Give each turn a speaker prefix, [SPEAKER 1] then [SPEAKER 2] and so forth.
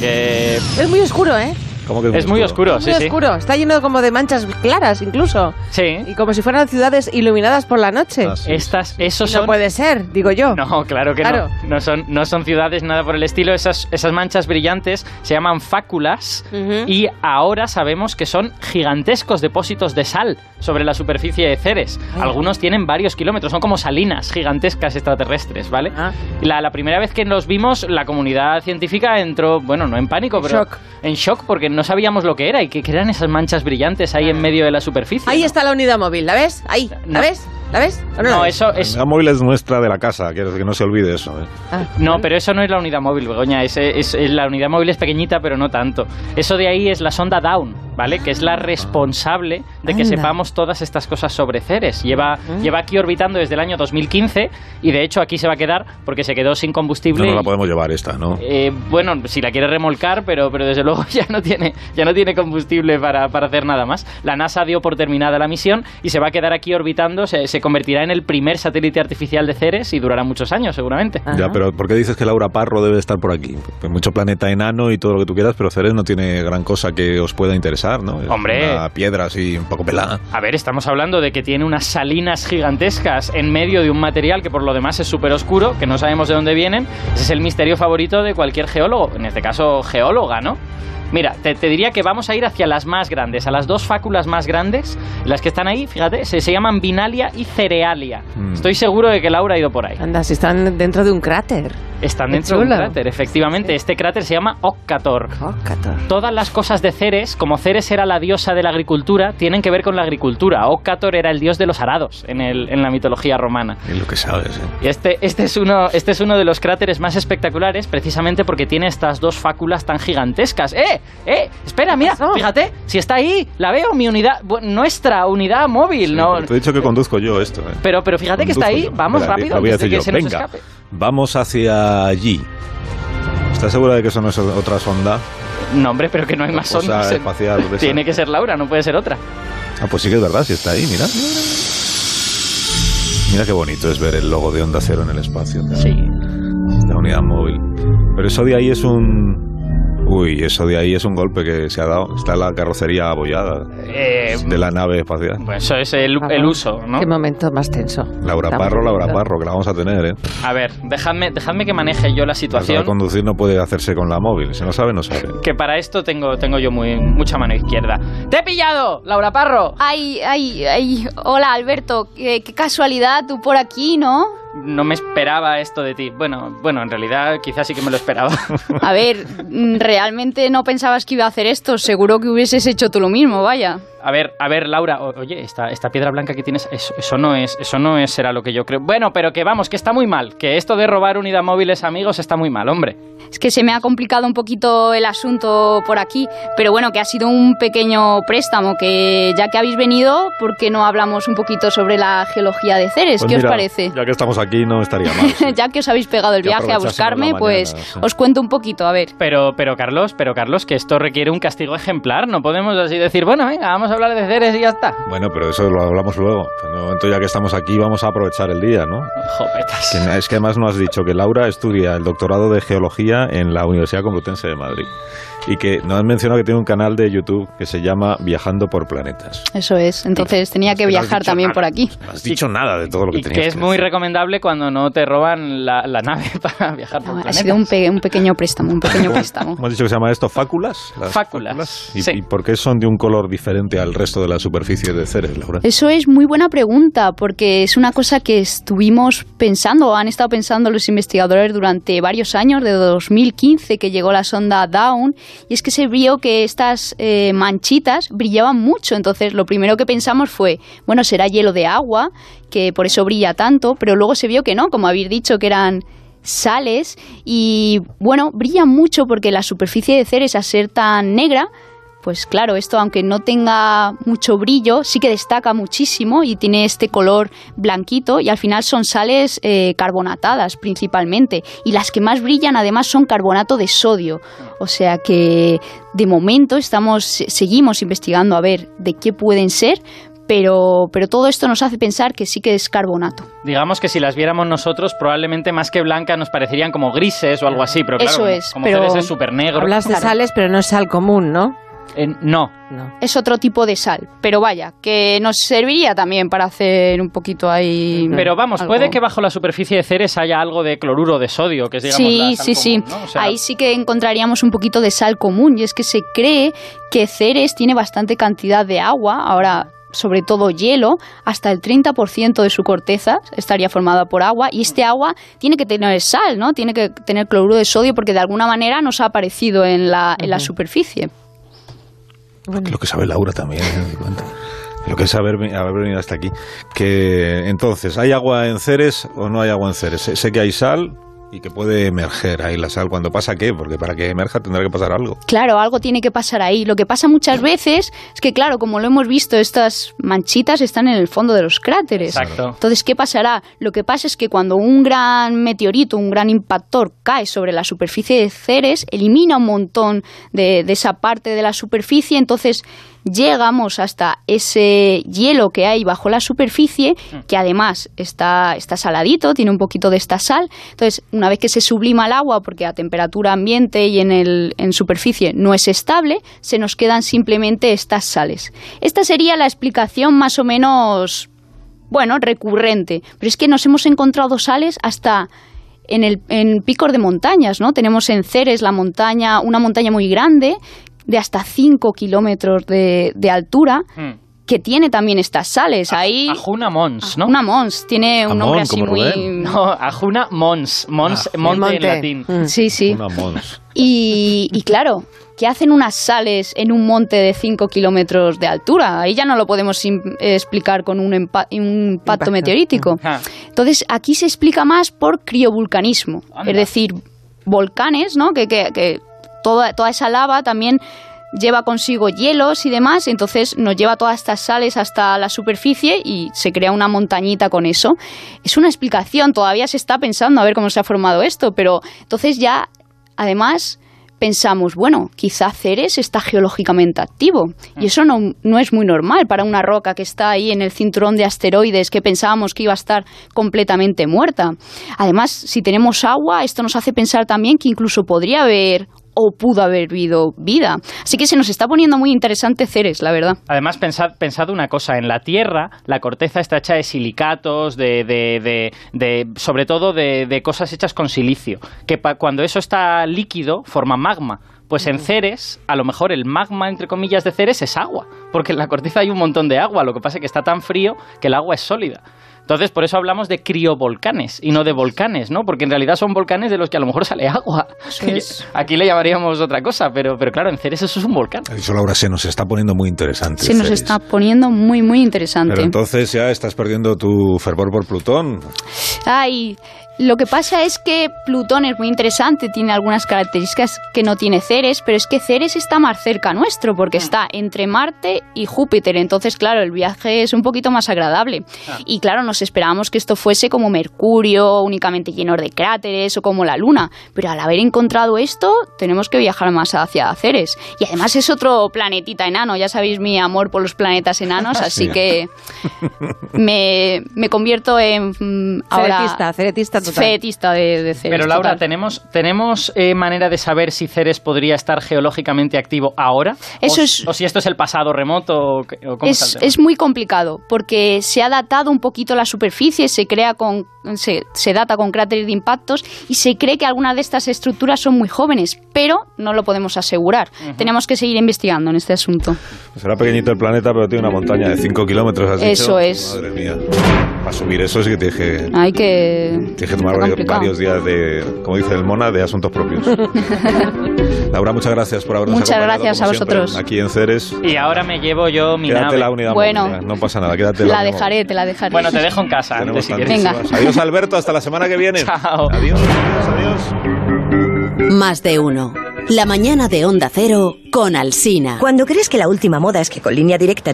[SPEAKER 1] porque
[SPEAKER 2] Es muy oscuro, ¿eh?
[SPEAKER 3] ¿Cómo que
[SPEAKER 1] es muy
[SPEAKER 2] Es
[SPEAKER 1] oscuro, Ah, sí, ¿Eh?
[SPEAKER 2] muy
[SPEAKER 1] sí.
[SPEAKER 2] oscuro. Está lleno como de manchas claras, incluso.
[SPEAKER 1] Sí.
[SPEAKER 2] Y como si fueran ciudades iluminadas por la noche.
[SPEAKER 3] Ah, sí,
[SPEAKER 1] Estas, esos
[SPEAKER 2] No
[SPEAKER 1] son
[SPEAKER 2] puede ser, digo yo.
[SPEAKER 1] No, claro que
[SPEAKER 2] Claro.
[SPEAKER 1] no. No son, no son ciudades, nada por el estilo. Esas, esas manchas brillantes se llaman fáculas
[SPEAKER 2] Ujú.
[SPEAKER 1] y ahora sabemos que son gigantescos depósitos de sal sobre la superficie de Ceres.
[SPEAKER 2] Ah.
[SPEAKER 1] Algunos tienen varios kilómetros, son como salinas gigantescas extraterrestres, ¿vale?
[SPEAKER 2] Ah.
[SPEAKER 1] La, la primera vez que los vimos, la comunidad científica entró, bueno, no en pánico, pero
[SPEAKER 2] Shock.
[SPEAKER 1] en shock porque no sabíamos lo que era y que, que eran esas manchas brillantes ahí en medio de la superficie.
[SPEAKER 2] Ah. Ahí
[SPEAKER 1] ¿no?
[SPEAKER 2] está la unidad móvil, ¿la ves? Ahí, ¿la
[SPEAKER 1] No.
[SPEAKER 2] ves? ¿La ves? ¿O no, la
[SPEAKER 1] No,
[SPEAKER 2] ves?
[SPEAKER 1] eso
[SPEAKER 3] La
[SPEAKER 1] es,
[SPEAKER 3] unidad móvil es nuestra de la casa, quiero que no se olvide eso. ¿eh?
[SPEAKER 2] Ah.
[SPEAKER 1] No, pero eso no es la unidad móvil, Begoña. Es, es- es- la unidad móvil es pequeñita, pero no tanto. Eso de ahí es la sonda Down, ¿vale? Que es la responsable de que
[SPEAKER 2] Anda.
[SPEAKER 1] sepamos todas estas cosas sobre Ceres. Lleva, lleva aquí orbitando desde el año 2015 y de hecho aquí se va a quedar porque se quedó sin
[SPEAKER 3] No
[SPEAKER 1] combustible.
[SPEAKER 3] nos la
[SPEAKER 1] y-
[SPEAKER 3] podemos llevar esta, ¿no?
[SPEAKER 1] eh, bueno, si la quiere remolcar, pero, pero desde luego ya no tiene, ya no tiene combustible para, para hacer nada más. La NASA dio por terminada la misión y se va a quedar aquí orbitando. Se, se convertirá en el primer satélite artificial de Ceres y durará muchos años, seguramente.
[SPEAKER 3] Ya, pero ¿por qué dices que Laura Parro debe estar por aquí? Pues mucho planeta enano y todo lo que tú quieras, pero Ceres no tiene gran cosa que os pueda interesar, ¿no? Es
[SPEAKER 1] Hombre.
[SPEAKER 3] Una piedra así un poco pelada.
[SPEAKER 1] A ver, estamos hablando de que tiene unas salinas gigantescas en medio de un material que por lo demás es súper oscuro, que no sabemos de dónde vienen. Ese es el misterio favorito de cualquier geólogo, en este caso geóloga, ¿no? Mira, te, te diría que vamos a ir hacia las más grandes, a las dos fáculas más grandes, las que están ahí, fíjate, se, se llaman Binalia y Cerealia.
[SPEAKER 3] Mm.
[SPEAKER 1] Estoy seguro de que Laura ha ido por ahí.
[SPEAKER 2] Anda, si están dentro de un cráter.
[SPEAKER 1] Están
[SPEAKER 2] Qué
[SPEAKER 1] dentro de un
[SPEAKER 2] chulo.
[SPEAKER 1] cráter, efectivamente. Este cráter se llama Occator.
[SPEAKER 2] Cócator.
[SPEAKER 1] Todas las cosas de Ceres, como Ceres era la diosa de la agricultura, tienen que ver con la agricultura. Ocator era el dios de los arados en, el- en la mitología romana.
[SPEAKER 3] Es lo que sabes, ¿eh?
[SPEAKER 1] Y este, este, es uno, este es uno de los cráteres más espectaculares, precisamente porque tiene estas dos fáculas tan gigantescas. ¡Eh! ¡Eh! Espera, mira,
[SPEAKER 2] pasó?
[SPEAKER 1] fíjate, si está ahí, la veo, mi unidad, bu- nuestra unidad móvil, ¿no?
[SPEAKER 3] Te he dicho que conduzco yo esto, ¿eh?
[SPEAKER 1] Pero, pero fíjate que está ahí,
[SPEAKER 3] Conduzco yo.
[SPEAKER 1] vamos
[SPEAKER 3] Espera,
[SPEAKER 1] rápido,
[SPEAKER 3] lo voy a
[SPEAKER 1] antes de
[SPEAKER 3] decir yo.
[SPEAKER 1] que se nos
[SPEAKER 3] Venga,
[SPEAKER 1] escape.
[SPEAKER 3] vamos hacia allí. ¿Estás segura de que eso no es otra sonda?
[SPEAKER 1] No, hombre, pero que no hay más
[SPEAKER 3] O sea,
[SPEAKER 1] ondas.
[SPEAKER 3] espacial, de esa.
[SPEAKER 1] Tiene que ser Laura, no puede ser otra.
[SPEAKER 3] Ah, pues sí que es verdad, sí está ahí, mira. Mira qué bonito es ver el logo de Onda Cero en el espacio.
[SPEAKER 1] Sí.
[SPEAKER 3] La unidad móvil. Pero eso de ahí es un... Uy, eso de ahí es un golpe que se ha dado. Está la carrocería abollada
[SPEAKER 1] Eh,
[SPEAKER 3] de la nave espacial.
[SPEAKER 1] pues eso es el, el uso, ¿no?
[SPEAKER 2] Qué momento más tenso.
[SPEAKER 3] Laura
[SPEAKER 2] Tan
[SPEAKER 3] Parro, Laura
[SPEAKER 2] bonito.
[SPEAKER 3] Parro, que la vamos a tener, ¿eh?
[SPEAKER 1] A ver, dejadme, dejadme que maneje yo la
[SPEAKER 3] Para
[SPEAKER 1] situación.
[SPEAKER 3] conducir no puede hacerse con la móvil. Si no sabe, no sabe.
[SPEAKER 1] Que para esto tengo, tengo yo muy, mucha mano izquierda. ¡Te he pillado, Laura Parro!
[SPEAKER 4] Ay, ay, ay. Hola, Alberto. Eh, Qué, qué casualidad tú por aquí, ¿no?
[SPEAKER 1] No me esperaba esto de ti. Bueno, bueno, en realidad quizás sí que me lo esperaba.
[SPEAKER 4] A ver, mm, realmente no pensabas que iba a hacer esto. Seguro que hubieses hecho tú lo mismo, vaya.
[SPEAKER 1] A ver, a ver, Laura, o- oye, esta, esta piedra blanca que tienes, eso, eso no es, eso no es, será lo que yo creo. Bueno, pero que vamos, que está muy mal, que esto de robar unidad móviles amigos está muy mal, hombre.
[SPEAKER 4] Es que se me ha complicado un poquito el asunto por aquí, pero bueno, que ha sido un pequeño préstamo, que ya que habéis venido, ¿por qué no hablamos un poquito sobre la geología de Ceres?
[SPEAKER 3] Pues
[SPEAKER 4] ¿Qué
[SPEAKER 3] mira,
[SPEAKER 4] os parece?
[SPEAKER 3] Ya que estamos aquí, no estaría mal. sí.
[SPEAKER 4] ya que os habéis pegado el
[SPEAKER 3] Que
[SPEAKER 4] viaje a
[SPEAKER 3] aprovechásemos
[SPEAKER 4] buscarme,
[SPEAKER 3] la
[SPEAKER 4] pues
[SPEAKER 3] mañana, sí.
[SPEAKER 4] os cuento un poquito, a ver.
[SPEAKER 1] Pero, pero Carlos, pero Carlos, que esto requiere un castigo ejemplar. No podemos así decir, bueno, venga, vamos a hablar de Ceres y ya está.
[SPEAKER 3] Bueno, pero eso lo hablamos luego. En el momento ya que estamos aquí, vamos a aprovechar el día, ¿no?
[SPEAKER 1] Jopetas.
[SPEAKER 3] Que na- Es que además no has dicho que Laura estudia el doctorado de geología en la Universidad Complutense de Madrid. Y que no has mencionado que tiene un canal de YouTube que se llama Viajando por Planetas.
[SPEAKER 4] Eso es, entonces tenía que
[SPEAKER 3] Pero no has
[SPEAKER 4] viajar
[SPEAKER 3] dicho
[SPEAKER 4] también
[SPEAKER 3] nada.
[SPEAKER 4] por aquí.
[SPEAKER 3] No has dicho nada de todo lo que
[SPEAKER 1] Y
[SPEAKER 3] tenías.
[SPEAKER 1] que es muy recomendable cuando no te roban la, la nave para viajar por
[SPEAKER 4] No, Ah, ha
[SPEAKER 1] planetas.
[SPEAKER 4] sido un, pe- un pequeño préstamo, un pequeño préstamo.
[SPEAKER 3] Hemos dicho que se llama esto fáculas. las
[SPEAKER 1] Fáculas,
[SPEAKER 3] ¿Y,
[SPEAKER 1] sí.
[SPEAKER 3] y por qué son de un color diferente al resto de la superficie de Ceres, Laura?
[SPEAKER 4] Eso es muy buena pregunta, porque es una cosa que estuvimos pensando, o han estado pensando los investigadores durante varios años, de 2015 que llegó la sonda Down, y es que se vio que estas eh, manchitas brillaban mucho. Entonces, lo primero que pensamos fue, bueno, será hielo de agua, que por eso brilla tanto, pero luego se vio que no, como habéis dicho, que eran sales, y bueno, brillan mucho porque la superficie de Ceres, a ser tan negra, pues claro, esto aunque no tenga mucho brillo, sí que destaca muchísimo y tiene este color blanquito y al final son sales eh, carbonatadas principalmente. Y las que más brillan además son carbonato de sodio. O sea que de momento estamos, se- seguimos investigando a ver de qué pueden ser, pero, pero todo esto nos hace pensar que sí que es carbonato.
[SPEAKER 1] Digamos que si las viéramos nosotros, probablemente más que blancas nos parecerían como grises o algo así, pero claro,
[SPEAKER 4] Eso
[SPEAKER 1] como-
[SPEAKER 4] es,
[SPEAKER 1] como
[SPEAKER 4] pero-
[SPEAKER 1] tú eres el súper negro.
[SPEAKER 2] Hablas de sales, pero no es sal común, ¿no?
[SPEAKER 1] Eh, no,
[SPEAKER 2] No.
[SPEAKER 4] Es otro tipo de sal, pero vaya, que nos serviría también para hacer un poquito ahí...
[SPEAKER 1] pero vamos,
[SPEAKER 4] algo.
[SPEAKER 1] puede que bajo la superficie de Ceres haya algo de cloruro de sodio, que es digamos la
[SPEAKER 4] Sí,
[SPEAKER 1] sal
[SPEAKER 4] sí, sí.
[SPEAKER 1] común, ¿no? O sea,
[SPEAKER 4] Ahí sí que encontraríamos un poquito de sal común y es que se cree que Ceres tiene bastante cantidad de agua, ahora sobre todo hielo, hasta el 30% de su corteza estaría formada por agua y este agua tiene que tener sal, ¿no? Tiene que tener cloruro de sodio porque de alguna manera nos ha aparecido en la, en la superficie.
[SPEAKER 3] Lo que sabe Laura también, ¿eh? Me di cuenta. Lo que es haber, veni- haber venido hasta aquí. Que entonces, ¿hay agua en Ceres o no hay agua en Ceres? Sé, sé que hay sal y que puede emerger ahí la sal. ¿Cuando pasa qué? Porque para que emerja tendrá que pasar algo.
[SPEAKER 4] Claro, algo tiene que pasar ahí. Lo que pasa muchas veces es que, claro, como lo hemos visto, estas manchitas están en el fondo de los cráteres.
[SPEAKER 1] Exacto.
[SPEAKER 4] Entonces, ¿qué pasará? Lo que pasa es que cuando un gran meteorito, un gran impactor cae sobre la superficie de Ceres, elimina un montón de, de esa parte de la superficie, entonces llegamos hasta ese hielo que hay bajo la superficie, que además está, está saladito, tiene un poquito de esta sal. Entonces, una vez que se sublima el agua, porque a temperatura ambiente y en, el, en superficie no es estable, se nos quedan simplemente estas sales. Esta sería la explicación más o menos bueno, recurrente. Pero es que nos hemos encontrado sales hasta en, el, en picos de montañas, ¿no? Tenemos en Ceres la montaña, una montaña muy grande, de hasta 5 kilómetros de, de altura,
[SPEAKER 1] mm.
[SPEAKER 4] que tiene también estas sales. Ahí.
[SPEAKER 1] Ajuna Mons, ¿no?
[SPEAKER 4] Una Mons, tiene un
[SPEAKER 3] Amón,
[SPEAKER 4] nombre así
[SPEAKER 3] como
[SPEAKER 4] muy. Mm.
[SPEAKER 3] Rubén.
[SPEAKER 1] No, Ajuna Mons. Mons,
[SPEAKER 3] Ah,
[SPEAKER 1] monte,
[SPEAKER 2] monte.
[SPEAKER 1] en latín.
[SPEAKER 2] Mm.
[SPEAKER 4] Sí, sí.
[SPEAKER 3] Una mons.
[SPEAKER 4] Y, y claro, ¿qué hacen unas sales en un monte de 5 kilómetros de altura? Ahí ya no lo podemos im- explicar con un, empa- un
[SPEAKER 2] Impacto.
[SPEAKER 4] impacto meteorítico.
[SPEAKER 1] Ah.
[SPEAKER 4] Entonces, aquí se explica más por criovulcanismo,
[SPEAKER 1] Anda.
[SPEAKER 4] es decir, volcanes, ¿no? Que, que- que toda, toda esa lava también lleva consigo hielos y demás, entonces nos lleva todas estas sales hasta la superficie y se crea una montañita con eso. Es una explicación, todavía se está pensando a ver cómo se ha formado esto, pero entonces ya, además, pensamos, bueno, quizá Ceres está geológicamente activo. Y eso no, no es muy normal para una roca que está ahí en el cinturón de asteroides que pensábamos que iba a estar completamente muerta. Además, si tenemos agua, esto nos hace pensar también que incluso podría haber o pudo haber habido vida. Así que se nos está poniendo muy interesante Ceres, la verdad.
[SPEAKER 1] Además, pensad, pensad una cosa, en la Tierra la corteza está hecha de silicatos, de, de- de- de- sobre todo de, de cosas hechas con silicio, que pa- cuando eso está líquido forma magma. Pues en Ceres, a lo mejor el magma, entre comillas, de Ceres es agua, porque en la corteza hay un montón de agua, lo que pasa es que está tan frío que el agua es sólida. Entonces, por eso hablamos de criovolcanes y no de volcanes, ¿no? Porque en realidad son volcanes de los que a lo mejor sale agua.
[SPEAKER 4] es.
[SPEAKER 1] Aquí le llamaríamos otra cosa, pero, pero claro, en Ceres eso es un volcán.
[SPEAKER 3] Ha dicho Laura, se nos está poniendo muy interesante.
[SPEAKER 4] Se nos
[SPEAKER 3] Ceres.
[SPEAKER 4] está poniendo muy, muy interesante.
[SPEAKER 3] Pero entonces ya estás perdiendo tu fervor por Plutón.
[SPEAKER 4] Ay, lo que pasa es que Plutón es muy interesante, tiene algunas características que no tiene Ceres, pero es que Ceres está más cerca nuestro porque está entre Marte y Júpiter, entonces claro, el viaje es un poquito más agradable. Y claro, nos esperábamos que esto fuese como Mercurio, únicamente lleno de cráteres o como la Luna, pero al haber encontrado esto, tenemos que viajar más hacia Ceres. Y además es otro planetita enano, ya sabéis mi amor por los planetas enanos, así
[SPEAKER 3] Sí.
[SPEAKER 4] que me, me convierto en mm, ahora
[SPEAKER 2] Ceretista, ceretista total.
[SPEAKER 4] fetista de, de Ceres,
[SPEAKER 1] Pero Laura,
[SPEAKER 4] total.
[SPEAKER 1] ¿tenemos, tenemos eh, manera de saber si Ceres podría estar geológicamente activo ahora?
[SPEAKER 4] Eso
[SPEAKER 1] o,
[SPEAKER 4] es-
[SPEAKER 1] o si esto es el pasado remoto o, qué- o cómo está
[SPEAKER 4] es,
[SPEAKER 1] el tema?
[SPEAKER 4] es muy complicado porque se ha datado un poquito la superficie, se crea con se, se data con cráteres de impactos y se cree que algunas de estas estructuras son muy jóvenes, pero no lo podemos asegurar. Tenemos que seguir investigando en este asunto.
[SPEAKER 3] Será pequeñito el planeta, pero tiene una montaña de 5 kilómetros. ¿has dicho?
[SPEAKER 4] Eso es. Ah,
[SPEAKER 3] Madre mía. Para subir eso sí que tienes que,
[SPEAKER 4] Hay que
[SPEAKER 3] tienes que tomar
[SPEAKER 4] está
[SPEAKER 3] varios,
[SPEAKER 4] complicado.
[SPEAKER 3] varios días de, como dice el Mona, de asuntos propios. Laura, muchas gracias por habernos
[SPEAKER 4] Muchas
[SPEAKER 3] acompañado,
[SPEAKER 4] gracias
[SPEAKER 3] como
[SPEAKER 4] a
[SPEAKER 3] siempre,
[SPEAKER 4] vosotros.
[SPEAKER 3] aquí en Ceres.
[SPEAKER 1] Y ahora me llevo yo mi
[SPEAKER 3] Quédate
[SPEAKER 1] nave.
[SPEAKER 3] la unidad
[SPEAKER 4] Bueno.
[SPEAKER 3] móvil, no pasa nada, quédate
[SPEAKER 4] La dejaré, te la dejaré.
[SPEAKER 1] Bueno, te dejo en casa antes si quieres.
[SPEAKER 4] Venga.
[SPEAKER 3] Adiós Alberto, hasta la semana que viene.
[SPEAKER 1] Chao.
[SPEAKER 3] Adiós, adiós, adiós.
[SPEAKER 5] Más de uno. La mañana de Onda Cero con Alsina.
[SPEAKER 6] Cuando crees que la última moda es que con línea directa